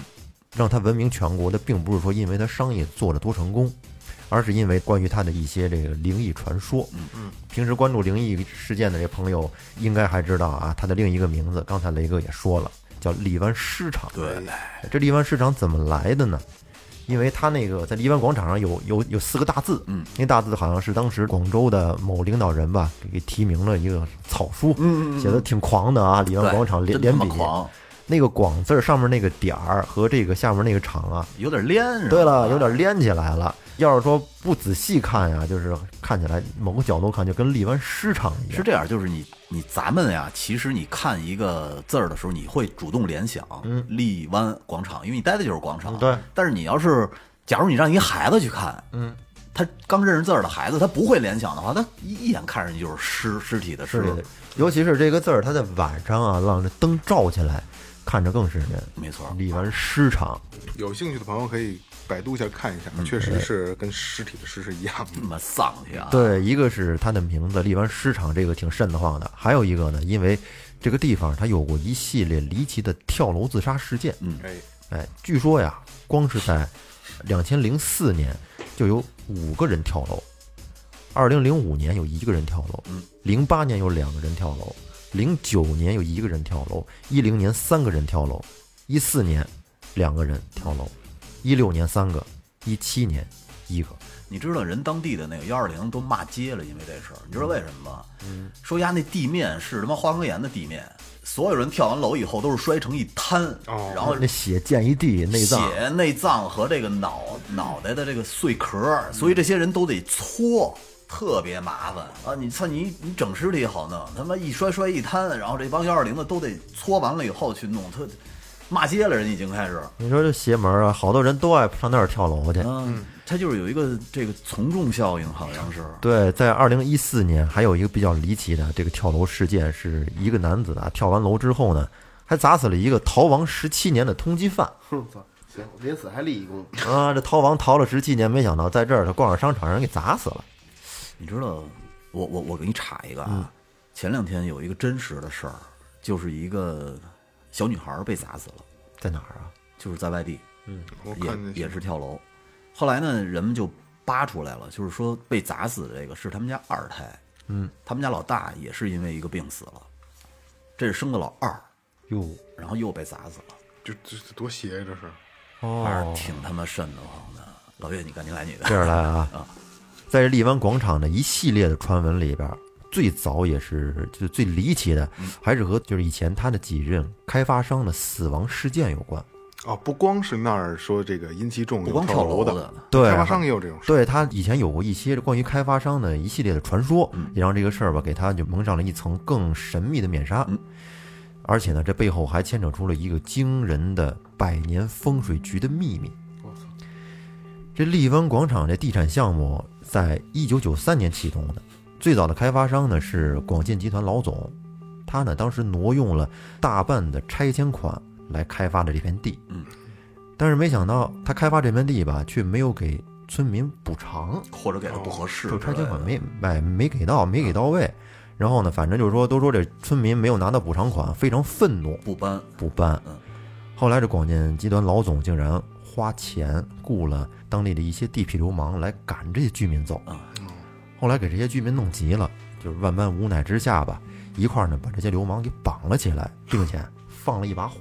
F: 让它闻名全国的，并不是说因为它商业做得多成功，而是因为关于它的一些这个灵异传说。
E: 嗯
F: 平时关注灵异事件的这朋友应该还知道啊，它的另一个名字，刚才雷哥也说了，叫荔湾市场。
E: 对，
F: 这荔湾市场怎么来的呢？因为它那个在荔湾广场上有有有四个大字，嗯，那大字好像是当时广州的某领导人吧给给提名了一个草书，嗯写的挺狂的啊，荔湾广场
E: 对真
F: 连连
E: 他
F: 笔
E: 妈，狂，
F: 那个广字儿上面那个点儿和这个下面那个场啊，
E: 有点连是吧？
F: 对了，有点连起来了。要是说不仔细看呀，就是看起来某个角度看就跟荔湾市场一样，
E: 是这样，就是你你咱们呀，其实你看一个字儿的时候，你会主动联想荔湾广场，因为你待的就是广场。
F: 嗯对。
E: 但是你要是，假如你让一孩子去看，嗯，他刚认识字儿的孩子，他不会联想的话，他一一眼看上去就是尸尸体的尸
F: 是。的，尤其是这个字儿，它在晚上啊，让这灯照起来，看着更是人。
E: 没错
F: 荔湾市场，
C: 有兴趣的朋友可以百度一下看一下，确实是跟尸体的尸是一样的
E: 那。么丧气啊！
F: 对，一个是它的名字“荔湾市场”，这个挺瘆得慌的；还有一个呢，因为这个地方它有过一系列离奇的跳楼自杀事件。嗯，
C: 哎，
F: 哎，据说呀，光是在两千零四年就有五个人跳楼，二零零五年有一个人跳楼，零八年有两个人跳楼，零九年有一个人跳楼，一零年三个人跳楼，一四年两个人跳楼，一六年三个，一七年一个。
E: 你知道人当地的那个幺二零都骂街了，因为这事儿，你知道为什么吗？嗯，说丫那地面是他妈花岗岩的地面，所有人跳完楼以后都是摔成一滩，
C: 哦
E: 然后
F: 那血溅一地，内脏
E: 血、内脏和这个脑脑袋的这个碎壳儿，所以这些人都得搓，特别麻烦啊！你操你你整尸体也好弄，他妈一摔摔一摊，然后这帮幺二零的都得搓完了以后去弄，特骂街了，人已经开始。
F: 你说这邪门啊，好多人都爱上那儿跳楼去。
E: 嗯，他就是有一个这个从众效应，好像是。
F: 对，在二零一四年，还有一个比较离奇的这个跳楼事件，是一个男子啊跳完楼之后呢，还砸死了一个逃亡十七年的通缉 犯
D: 哼，操！行，临死还立一功，
F: 啊！这逃亡逃了十七年，没想到在这儿他逛上商场，让人给砸死了。
E: 你知道，我我我给你插一个啊，前两天有一个真实的事儿，就是一个小女孩儿被砸死了，
F: 在哪儿啊？
E: 就是在外地，
C: 我看见
E: 也也
C: 是
E: 是跳楼。后来呢，人们就扒出来了，就是说被砸死的这个是他们家二胎，嗯，他们家老大也是因为一个病死了，这是生的老二，
F: 哟，
E: 然后又被砸死了，
C: 就这这多邪呀，这是。
E: 反
F: 哦，
E: 正挺他妈瘆得慌的。老岳，你赶紧来你的，
F: 这儿来啊，在这荔湾广场的一系列的传闻里边，最早也是就是最离奇的，还是和就是以前他的几任开发商的死亡事件有关。
C: 哦，不光是那儿说这个阴气重，
E: 不光
C: 有
E: 跳
C: 楼
E: 楼
C: 的
E: 的，
F: 对
C: 开发商也有这种事。
F: 对他以前有过一些关于开发商的一系列的传说，也让这个事儿吧给他就蒙上了一层更神秘的面纱。而且呢，这背后还牵扯出了一个惊人的百年风水局的秘密。这荔湾广场这地产项目在一九九三年启动的，最早的开发商呢是广建集团老总，他呢当时挪用了大半的拆迁款来开发的这片地。
E: 嗯，
F: 但是没想到他开发这片地吧，却没有给村民补偿，
E: 或者给的不合适之
C: 哦
F: 就
E: 类的，
F: 拆迁款没哎没给到，没给到位。然后呢，反正就是说，都说这村民没有拿到补偿款，非常愤怒，
E: 不搬，
F: 不办
E: 嗯。
F: 后来这广电集团老总竟然花钱雇了当地的一些地痞流氓来赶这些居民走
E: 啊，
F: 后来给这些居民弄急了，就是万般无奈之下吧，一块儿呢把这些流氓给绑了起来，并且放了一把火，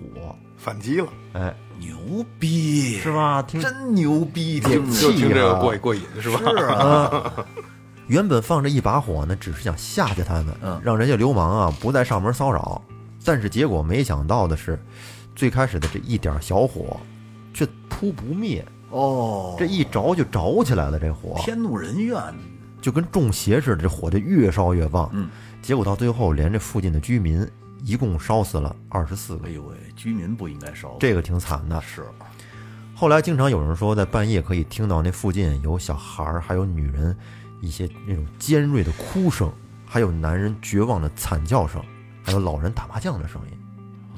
C: 反击了，
F: 哎，
E: 牛逼，
F: 是吧？听
E: 真牛逼，听着
C: 就嗯听这个
F: 啊
C: 过过瘾是吧？
E: 是啊，
F: 原本放着一把火呢，只是想吓吓他们
E: 嗯，
F: 让人家流氓啊不再上门骚扰。但是结果没想到的是，最开始的这一点小火，却扑不灭，
E: 哦，
F: 这一着就着起来了，这火
E: 天怒人怨，
F: 就跟中邪似的，这火就越烧越旺。
E: 嗯，
F: 结果到最后，连这附近的居民一共烧死了二十四个
E: 哎，呦喂，居民不应该烧，
F: 这个挺惨的。
E: 是啊
F: 后来经常有人说，在半夜可以听到那附近有小孩儿，还有女人一些那种尖锐的哭声，还有男人绝望的惨叫声，还有老人打麻将的声音。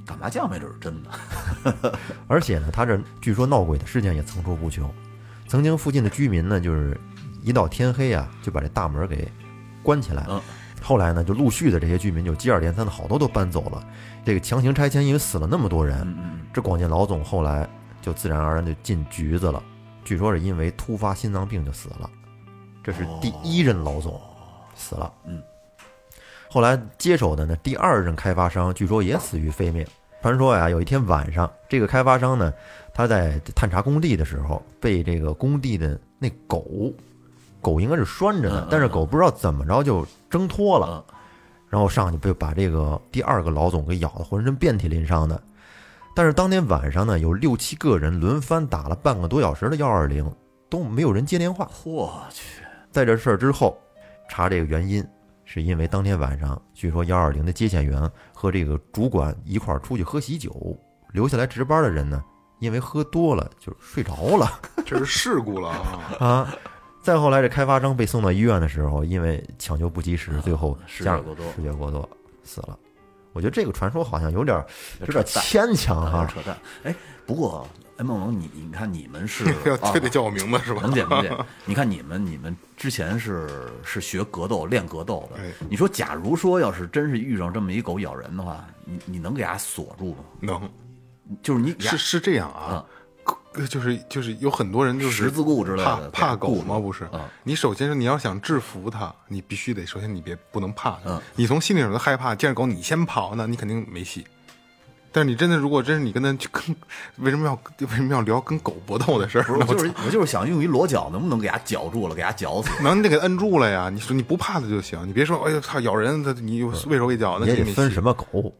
E: 打麻将没准是真的，
F: 而且呢，他这据说闹鬼的事件也层出不穷。曾经附近的居民呢，就是一到天黑啊，就把这大门给关起来了
E: 嗯。
F: 后来呢，就陆续的这些居民就接二连三的好多都搬走了。这个强行拆迁，因为死了那么多人，
E: 嗯嗯，
F: 这广建老总后来就自然而然就进局子了，据说是因为突发心脏病就死了，这是第
E: 哦
F: 一任老总死了。
E: 嗯，
F: 后来接手的呢，第二任开发商据说也死于非命。传说呀，有一天晚上，这个开发商呢，他在探查工地的时候，被这个工地的那狗，狗应该是拴着
E: 嗯嗯
F: 的
E: 嗯，
F: 但是狗不知道怎么着就挣脱了，
E: 嗯
F: 然后上去被把这个第二个老总给咬得浑身遍体鳞伤的。但是当天晚上呢，有六七个人轮番打了半个多小时的幺二零，都没有人接电话。
E: 我去，
F: 在这事儿之后，查这个原因，是因为当天晚上，据说幺二零的接线员和这个主管一块儿出去喝喜酒，留下来值班的人呢，因为喝多了就是睡着了
C: 这是事故了啊！
F: 啊。再后来，这开发商被送到医院的时候，因为抢救不及时，最后
E: 失
F: 加
E: 血
F: 上
E: 过多，
F: 视觉过多死了。我觉得这个传说好像有点儿有
E: 扯
F: 点
E: 淡
F: 牵强哈、
E: 啊，扯淡。哎，不过哎，梦龙，你你看你们是
C: 要
E: 啊
C: 非得叫我名字是吧？
E: 能解能解。你看你们，你们之前是是学格斗、练格斗的
C: 哎。
E: 你说，假如说要是真是遇上这么一狗咬人的话，你你能给它锁住吗？
C: 能
E: 就是你
C: 是是这样啊，就是就是有很多人就是
E: 嗯十字固之类
C: 怕
E: 的
C: 怕
E: 固
C: 狗
E: 嘛
C: 吗？不是
E: 嗯，
C: 你首先是你要想制服它，你必须得首先你别不能怕它
E: 嗯，
C: 你从心里有它害怕，见着狗你先跑，那你肯定没戏。但是你真的，如果真是你跟它就跟为什么要为什么要聊跟狗搏斗的事儿
E: 不
C: 呢？
E: 是，我
C: 我
E: 就是我就是想用一裸脚，能不能给它绞住了，给它绞死？
C: 能你得给摁住了呀！你说你不怕它就行，你别说哎呦操咬人，它你又
E: 嗯
C: 畏手畏脚，那
F: 也
C: 这
F: 得
C: 没
F: 分
C: 戏
F: 什么狗。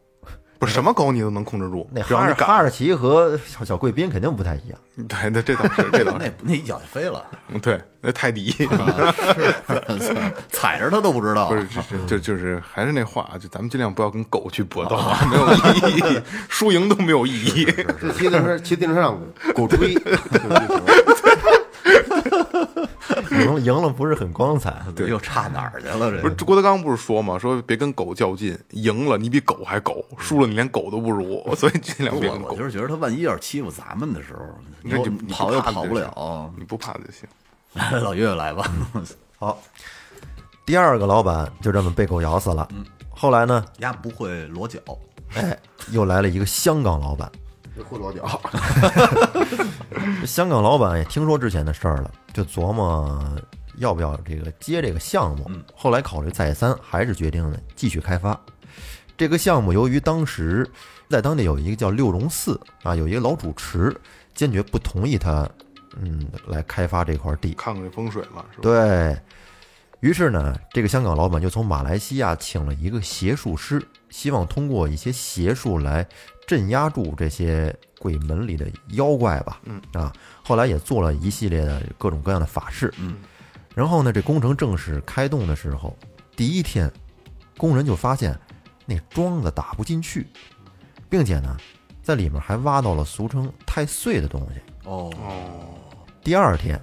C: 不是什么狗你都能控制住，
F: 那
C: 只
F: 哈
C: 要
E: 啊
C: 你
F: 尔
C: 敢
F: 哈士奇和小小贵宾肯定不太一样。
C: 对，那这倒是，这倒
E: 那
C: 是，
E: 那一脚就飞 了，
C: 对，那泰 迪
E: 踩着它都不知道。
C: 不是，就就就是还是那话啊，就咱们尽量不要跟狗去搏斗啊， 没有意义，输赢都没有意义。
D: 就骑自行车，骑自行车上狗追，
F: 赢了赢了不是很光彩，
E: 又差哪儿去了？这
C: 不是郭德纲不是说嘛，说别跟狗较劲，赢了你比狗还狗，输了你连狗都不如，所以尽量别
E: 我
C: 跟
E: 我
C: 狗
E: 就。是觉得他万一要是欺负咱们的时候，你
C: 那
E: 又
C: 就你
E: 跑
C: 怕
E: 又
C: 就
E: 跑不
C: 行
E: 了。啊
C: 你不怕就嗯 行。
E: 老岳来吧，
F: 好，第二个老板就这么被狗咬死了。后来呢，
E: 丫不会裸脚，
C: 哦
F: 哎，又来了一个香港老板。
D: 会裸脚，
F: 这香港老板也听说之前的事儿了，就琢磨要不要这个接这个项目。后来考虑再三，还是决定了继续开发。这个项目由于当时在当地有一个叫六龙寺啊，有一个老主持坚决不同意他，嗯，来开发这块地。
C: 看看这风水了，是吧？
F: 对于是呢，这个香港老板就从马来西亚请了一个邪术师，希望通过一些邪术来镇压住这些鬼门里的妖怪吧。嗯啊，后来也做了一系列的各种各样的法事。嗯，然后呢，这工程正式开动的时候，第一天，工人就发现那桩子打不进去，并且呢，在里面还挖到了俗称太岁的东西。
E: 哦，
F: 第二天，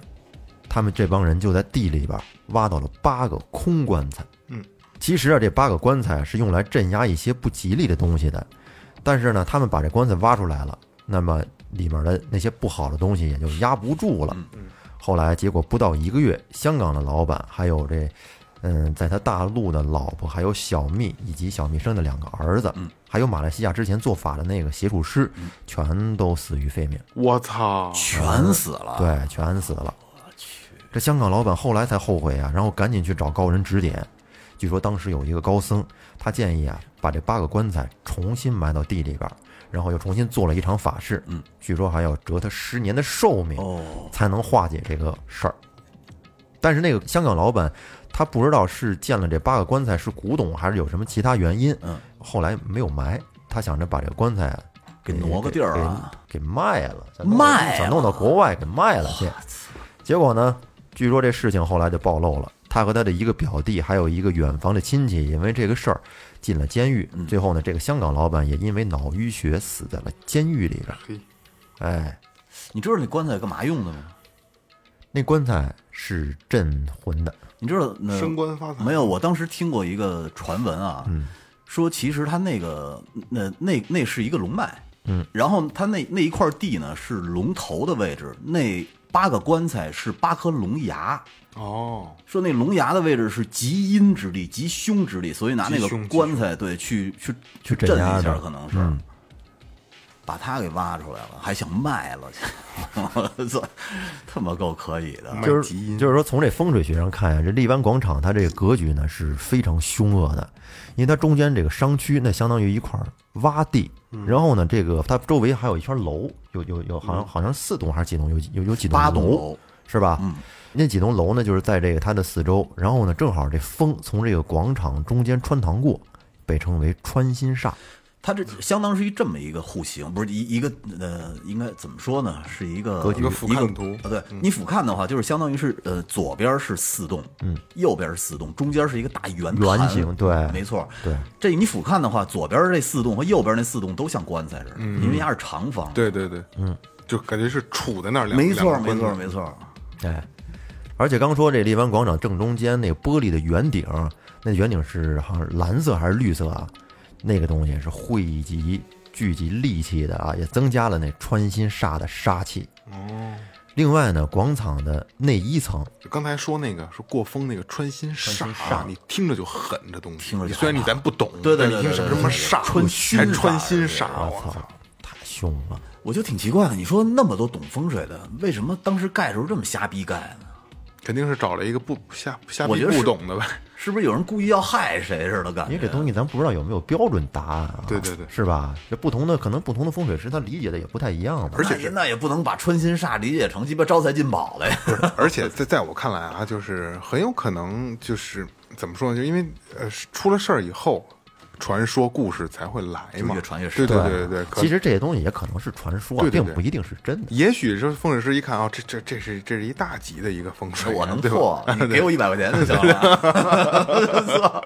F: 他们这帮人就在地里边挖到了八个空棺材。
C: 嗯，
F: 其实啊，这八个棺材是用来镇压一些不吉利的东西的，但是呢，他们把这棺材挖出来了，那么里面的那些不好的东西也就压不住了。后来结果不到一个月，香港的老板还有这。嗯，在他大陆的老婆，还有小蜜以及小蜜生的两个儿子，还有马来西亚之前做法的那个邪术师，全都死于非命。
C: 我操！
E: 全死了。，
F: 对，全死了。这香港老板后来才后悔啊，然后赶紧去找高人指点。据说当时有一个高僧，他建议啊，把这八个棺材重新埋到地里边儿，然后又重新做了一场法事。嗯，据说还要折他十年的寿命，
E: 哦
F: 才能化解这个事儿。但是那个香港老板，他不知道是见了这八个棺材是古董，还是有什么其他原因。
E: 嗯，
F: 后来没有埋，他想着把这个棺材啊
E: 给挪个地儿啊
F: 给给卖了，想弄
E: 卖了
F: 想弄到国外给卖了去。结果呢，据说这事情后来就暴露了，他和他的一个表弟，还有一个远房的亲戚，因为这个事儿进了监狱。
E: 嗯
F: 最后呢，这个香港老板也因为脑淤血死在了监狱里边。
C: 嘿，
F: 哎，
E: 你知道那棺材干嘛用的吗？
F: 那棺材是镇魂的，
E: 你知道那
C: 升官发 财
E: 没有？我当时听过一个传闻啊，
F: 嗯
E: 说其实他那个那那那是一个龙脉，嗯，然后他那那一块地呢是龙头的位置，那八个棺材是八颗龙牙，
C: 哦，
E: 说那龙牙的位置是极阴之地、极凶之地，所以拿那
C: 极
E: 个
C: 凶
E: 棺材对去去
F: 去
E: 镇
F: 镇压嗯
E: 一下，
F: 它
E: 可能是、把他给挖出来了，还想卖了去， 我操，他妈够可以的。
F: 就是就是说从这风水学上看呀、这荔湾广场它这个格局呢是非常凶恶的，因为它中间这个商区那相当于一块洼地，
E: 嗯
F: 然后呢，这个它周围还有一圈楼，有有有好像好像四栋还是几栋，有有有几栋
E: 嗯八栋
F: 楼
E: 楼嗯
F: 是吧？那几栋楼呢，就是在这个它的四周，然后呢，正好这风从这个广场中间穿堂过，被称为穿心煞。
E: 它这相当是一这么一个户型，不是一一个呃，应该怎么说呢？是一个
C: 局一个俯瞰图嗯
E: 啊，对你俯瞰的话，就是相当于是呃，左边是四栋，嗯，右边是四栋，中间是一个大圆
F: 圆
E: 盘
F: 形对
E: 没错，
F: 对。
E: 这你俯瞰的话，左边这四栋和右边那四栋都像棺材似的，因为它是长方。，
C: 嗯对对对，嗯，就感觉是杵在那儿两，
E: 没错，
C: 两个
E: 没
C: 棺
E: 错，
C: 材
E: 没错。
F: 哎，而且刚说这荔湾广场正中间那个玻璃的圆顶，那圆顶是好像蓝色还是绿色啊？那个东西是汇集聚集戾气的啊，也增加了那穿心煞的杀气。哦。另外呢，广场的内一层，
C: 就刚才说那个说过风那个穿心煞
E: 穿心
C: 啊，
E: 煞
C: 你听着就狠，这东西。
E: 听着就
C: 虽然你咱不懂，
E: 对对对
C: 但你听什么什么煞，
E: 对对对对
C: 还
E: 对
C: 穿
E: 穿
C: 心
E: 心
C: 煞，我
F: 操
C: 操！，
F: 太凶了。
E: 我就挺奇怪的，你说那么多懂风水的，为什么当时盖的时候这么瞎逼盖呢？
C: 肯定是找了一个不瞎瞎
E: 我
C: 逼
E: 觉得
C: 不
E: 是
C: 懂的呗。
E: 是不是有人故意要害谁似的感
F: 因
E: 觉？
F: 为这东西咱不知道有没有标准答案啊，
C: 对对对
F: 是吧？这不同的可能不同的风水师他理解的也不太一样吧。
E: 而且那也不能把穿心煞理解成鸡巴招财进宝了呀。
C: 而且在在我看来啊，就是很有可能就是怎么说呢？就因为呃出了事儿以后，传说故事才会来嘛，
E: 就越传越神
C: 对对
F: 对
C: 对对对，可
F: 其实这些东西也可能是传说啊，
C: 对对对
F: 并不一定是真的。
C: 也许是风水师一看啊，这这这是这是一大吉的一个风水啊，
E: 我能
C: 对吧
E: 破，你给我一百块钱就行了。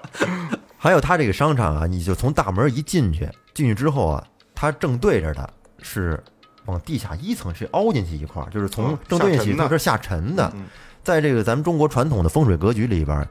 F: 还有他这个商场啊，你就从大门一进去，进去之后啊，它正对着的是往地下一层是凹进去一块儿，就是从
C: 嗯
F: 正对进去
C: 下沉的嗯
F: 它是下沉的。在这个咱们中国传统的风水格局里边儿，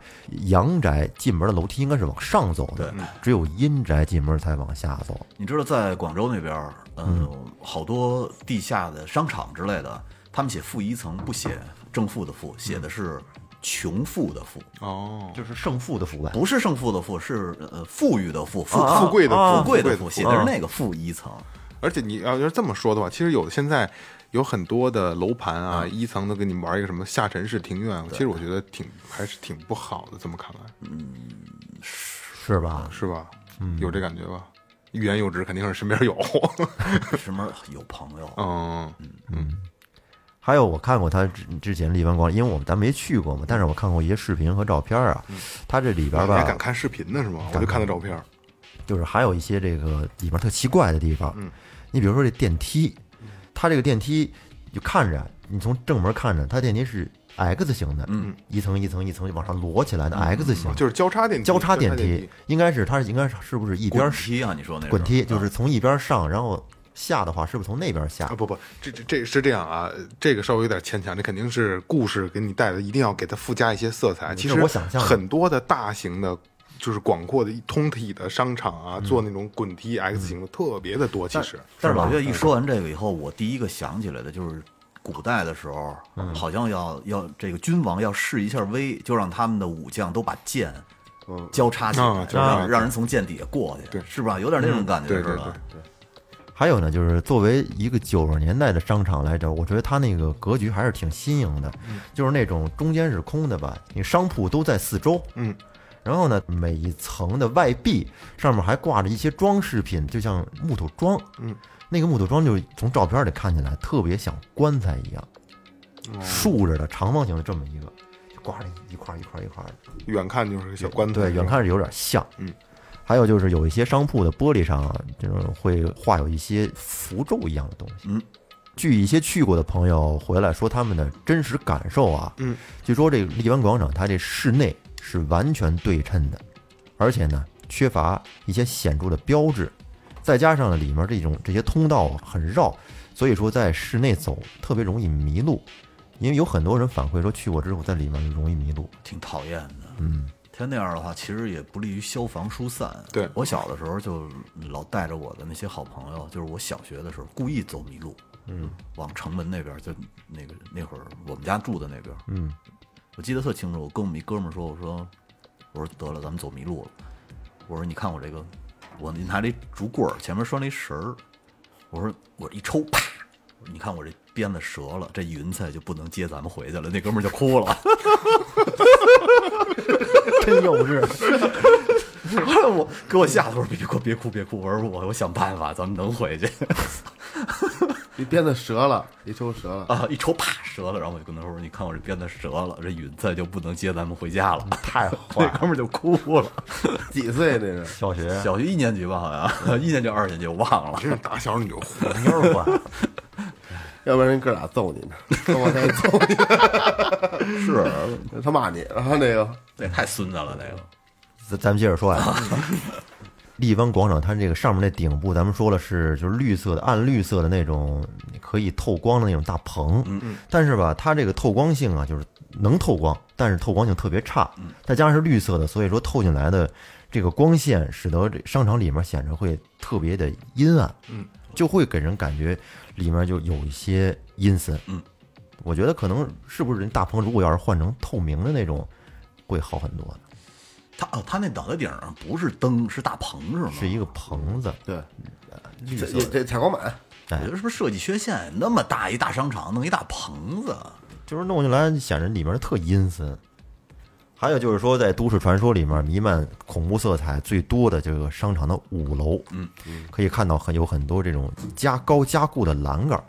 F: 阳宅进门的楼梯应该是往上走的，只有阴宅进门才往下走。
E: 你知道在广州那边儿，嗯，好多地下的商场之类的，他们写负一层不写正负的负，写的是穷富的富，
C: 哦，
F: 就是胜负的腐败。
E: 不是胜负的富，是呃富裕的富，富
F: 啊
E: 富
C: 富贵的
F: 啊
E: 富贵的
C: 富
E: 富，写的是那个负一层。
C: 而且你要要是这么说的话，其实有的现在有很多的楼盘啊，一层都给你玩一个什么下沉式庭院，其实我觉得挺还是挺不好的。这么看来，
F: 是吧？
C: 是吧？嗯，有这感觉吧？欲言又止，肯定是身边有。
E: 什么有朋友？
C: 嗯，
F: 还有我看过他之之前立湾光，因为我们咱没去过嘛，但是我看过一些视频和照片啊，他这
C: 嗯啊
F: 里
C: 你
F: 边
C: 还
F: 吧
C: 敢，看视频呢是吗？我就看的照片。
F: 就是还有一些这个里边特奇怪的地方。你比如说这电梯，它这个电梯就看着你从正门看着，它电梯是 X 型的，嗯，一层一层一层往上摞起来的 X 型，
C: 就是交叉电梯，
F: 交叉
C: 电
F: 电梯，，应该是它是应该是是不是一边
E: 滚梯啊？你说那是
F: 滚梯，就是从一边上，然后下的话是不是从那边下
C: 啊？不不，这这这是这样啊，这个稍微有点牵强，这肯定是故事给你带的，一定要给它附加一些色彩。其
F: 这
C: 实
F: 我想象的
C: 很多的大型的。就是广阔的一通体的商场啊，做那种滚梯 X 型的特别的多。其实，
E: 但是老岳一说完这个以后，我第一个想起来的就是古代的时候，
C: 嗯
E: 好像要要这个君王要示一下威，就让他们的武将都把剑交叉起
C: 啊
E: 来，
C: 交
E: 就
C: 叉
E: 让
C: 对
E: 让人从剑底下过去，
C: 对
E: 是吧？有点那种感觉
C: 嗯对
E: 似
C: 对
E: 的。
C: 对，
F: 还有呢，就是作为一个九十年代的商场来着，我觉得它那个格局还是挺新颖的，
C: 嗯
F: 就是那种中间是空的吧，你商铺都在四周，
C: 嗯，
F: 然后呢，每一层的外壁上面还挂着一些装饰品，就像木头桩，
C: 嗯，
F: 那个木头桩就是从照片里看起来特别像棺材一样，竖着的长方形的这么一个，就挂着一块儿一块儿一块儿的。
C: 远看就是个小棺材，
F: 对，
C: 是
F: 远
C: 吧
F: 看是有点像。
C: 嗯，
F: 还有就是有一些商铺的玻璃上啊，这种会画有一些符咒一样的东西。
E: 嗯，
F: 据一些去过的朋友回来说他们的真实感受啊，
C: 嗯，
F: 据说这个荔湾广场它这室内是完全对称的，而且呢缺乏一些显著的标志，再加上呢里面这种这些通道很绕，所以说在室内走特别容易迷路。因为有很多人反馈说去过之后在里面容易迷路，
E: 挺讨厌的。嗯，他那样的话，其实也不利于消防疏散。
C: 对
E: 我小的时候就老带着我的那些好朋友，就是我小学的时候故意走迷路，嗯，往城门那边，就那个那会儿我们家住的那边，嗯，我记得特清楚，我跟我们一哥们儿说，我说我说得了，咱们走迷路了，我说你看我这个，我拿了一竹棍儿，前面拴了一绳儿，我说我一抽，啪。你看我这鞭子折了，这云彩就不能接咱们回去了。那哥们儿就哭了。
F: 真幼稚。
E: 后来我给我吓得，我说别哭别哭别哭，我说我我想办法，咱们能回去
D: 一鞭子折了，一抽折了，
E: 啊！一抽啪折了，然后我就跟他说：“你看我这鞭子折了，这云彩就不能接咱们回 家了。”太坏，那哥们儿就哭了。
D: 几岁这是？
F: 小学
E: 小学一年级吧，好像 一年级二年级我忘了。
C: 真是打小你就 糊
F: 妞儿吧，
D: 要不然人哥俩揍你呢，跟我再揍
E: 是，
D: 你， 他骂你，然后那个
E: 那太孙子了，那个
F: 咱咱们接着说呀。荔湾广场它这个上面那顶部，咱们说了是就是绿色的暗绿色的那种可以透光的那种大棚，嗯嗯，但是吧，它这个透光性啊，就是能透光，但是透光性特别差，再加上是绿色的，所以说透进来的这个光线，使得这商场里面显着会特别的阴暗，嗯，就会给人感觉里面就有一些阴森，
E: 嗯，
F: 我觉得可能是不是人大棚如果要是换成透明的那种，会好很多的。
E: 他哦，他那脑袋顶上不是灯，是大棚是吗？
F: 是一个棚子，
D: 对，
F: 绿
D: 这
F: 色
D: 也
F: 的，
D: 这采光板，
E: 我觉得是不是设计缺陷？那么大一大商场弄一大棚子，
F: 就是弄进来显着里面特阴森。还有就是说，在都市传说里面弥漫恐怖色彩最多的这个商场的五楼，嗯，可以看到很有很多这种加高加固的栏杆儿，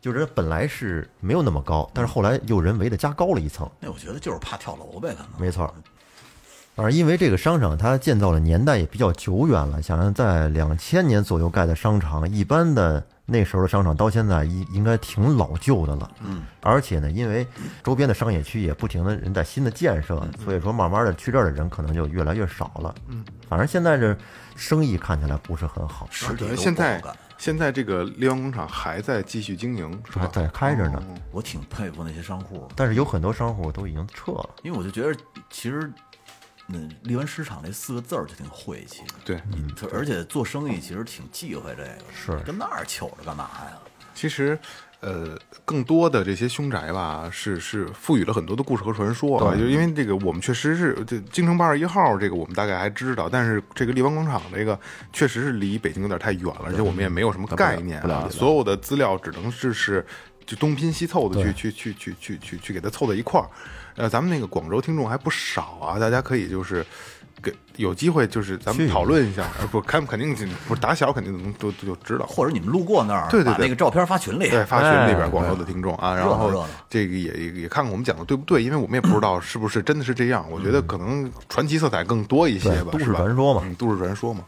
F: 就是它本来是没有那么高，但是后来又人为的加高了一层，
E: 那我觉得就是怕跳楼呗，可能。
F: 没错儿。而因为这个商场它建造的年代也比较久远了，想想在两千年左右盖的商场，一般的那时候的商场到现在应应该挺老旧的了。嗯，而且呢，因为周边的商业区也不停的人在新的建设，所以说慢慢的去这儿的人可能就越来越少了。嗯，反正现在这生意看起来不是很好，
E: 实体
C: 觉
E: 都
C: 得现
E: 不好
C: 在
E: 干。
C: 现在这个丽湾广场还在继续经营，是
F: 还
C: 吧？
F: 在开着呢，
E: 我挺佩服那些商户的，
F: 但是有很多商户都已经撤了。
E: 因为我就觉得，其实，嗯，荔湾市场这四个字儿就挺晦气的。
C: 嗯对，
E: 它而且做生意其实挺忌讳这个，是跟那儿瞅着干嘛呀？
C: 其实，呃，更多的这些凶宅吧，是是赋予了很多的故事和传说啊。就是因为这个，我们确实是这京城八十一号这个我们大概还知道，但是这个立邦广场这个确实是离北京有点太远了，而且我们也没有什么概念啊，所有的资料只能是是。就东拼西凑的去去去去去去去给它凑到一块儿，呃，咱们那个广州听众还不少啊，大家可以就是给有机会就是咱们讨论一下，呃不，看肯定不是打小肯定能都都就知道，
E: 或者你们路过那儿，
C: 对对
E: 把
C: 对
E: 那个照片发群里，
C: 对，发群里边
F: 哎
C: 广州的听众啊，然
E: 热闹热
C: 后
E: 闹
C: 这个也也也看看我们讲的对不对，因为我们也不知道是不是真的是这样，我觉得可能传奇色彩更多一些吧，
F: 嗯对
C: 是吧
F: 都市传说嘛
C: 嗯，都市传说嘛。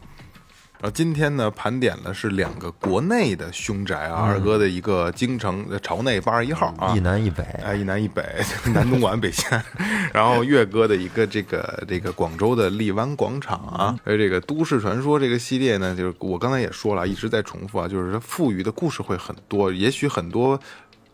C: 然后今天呢，盘点的是两个国内的凶宅啊，二哥的一个京城呃朝内八十一号啊，
F: 嗯一南一北，
C: 哎，一南一北， 南东莞北线，然后岳哥的一个这个这个广州的荔湾广场啊，而这个都市传说这个系列呢，就是我刚才也说了，一直在重复啊，就是它赋予的故事会很多，也许很多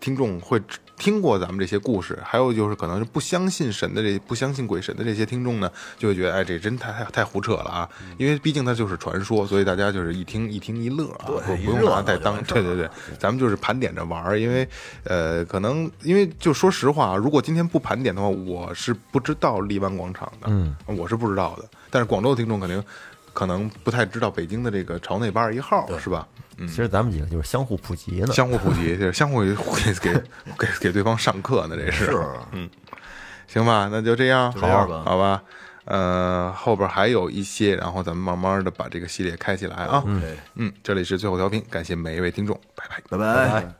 C: 听众会只听过咱们这些故事，还有就是可能是不相信神的这不相信鬼神的这些听众呢，就会觉得哎，这真太太太胡扯了啊，因为毕竟它就是传说，所以大家就是一听一听一乐啊，不
E: 一
C: 不用
E: 热
C: 拿
E: 闹
C: 太
E: 就
C: 当
E: 完事儿
C: 对对
E: 了
C: 对。 对，咱们就是盘点着玩儿，因为呃，可能因为就说实话，啊如果今天不盘点的话，我是不知道荔湾广场的，嗯，我是不知道的。但是广州的听众肯定可能不太知道北京的这个朝内八十一号是吧？
F: 其实咱们几个就是相互普及呢。
C: 相互普及，就是相互给 给给给对方上课呢，这是
E: 是
C: 嗯，行吧，那就这样，
E: 就
C: 好
E: 这样吧
C: 好吧。呃，后边还有一些，然后咱们慢慢的把这个系列开起来啊。
E: OK
C: 嗯，这里是最后调频，感谢每一位听众，拜拜。
E: 拜拜。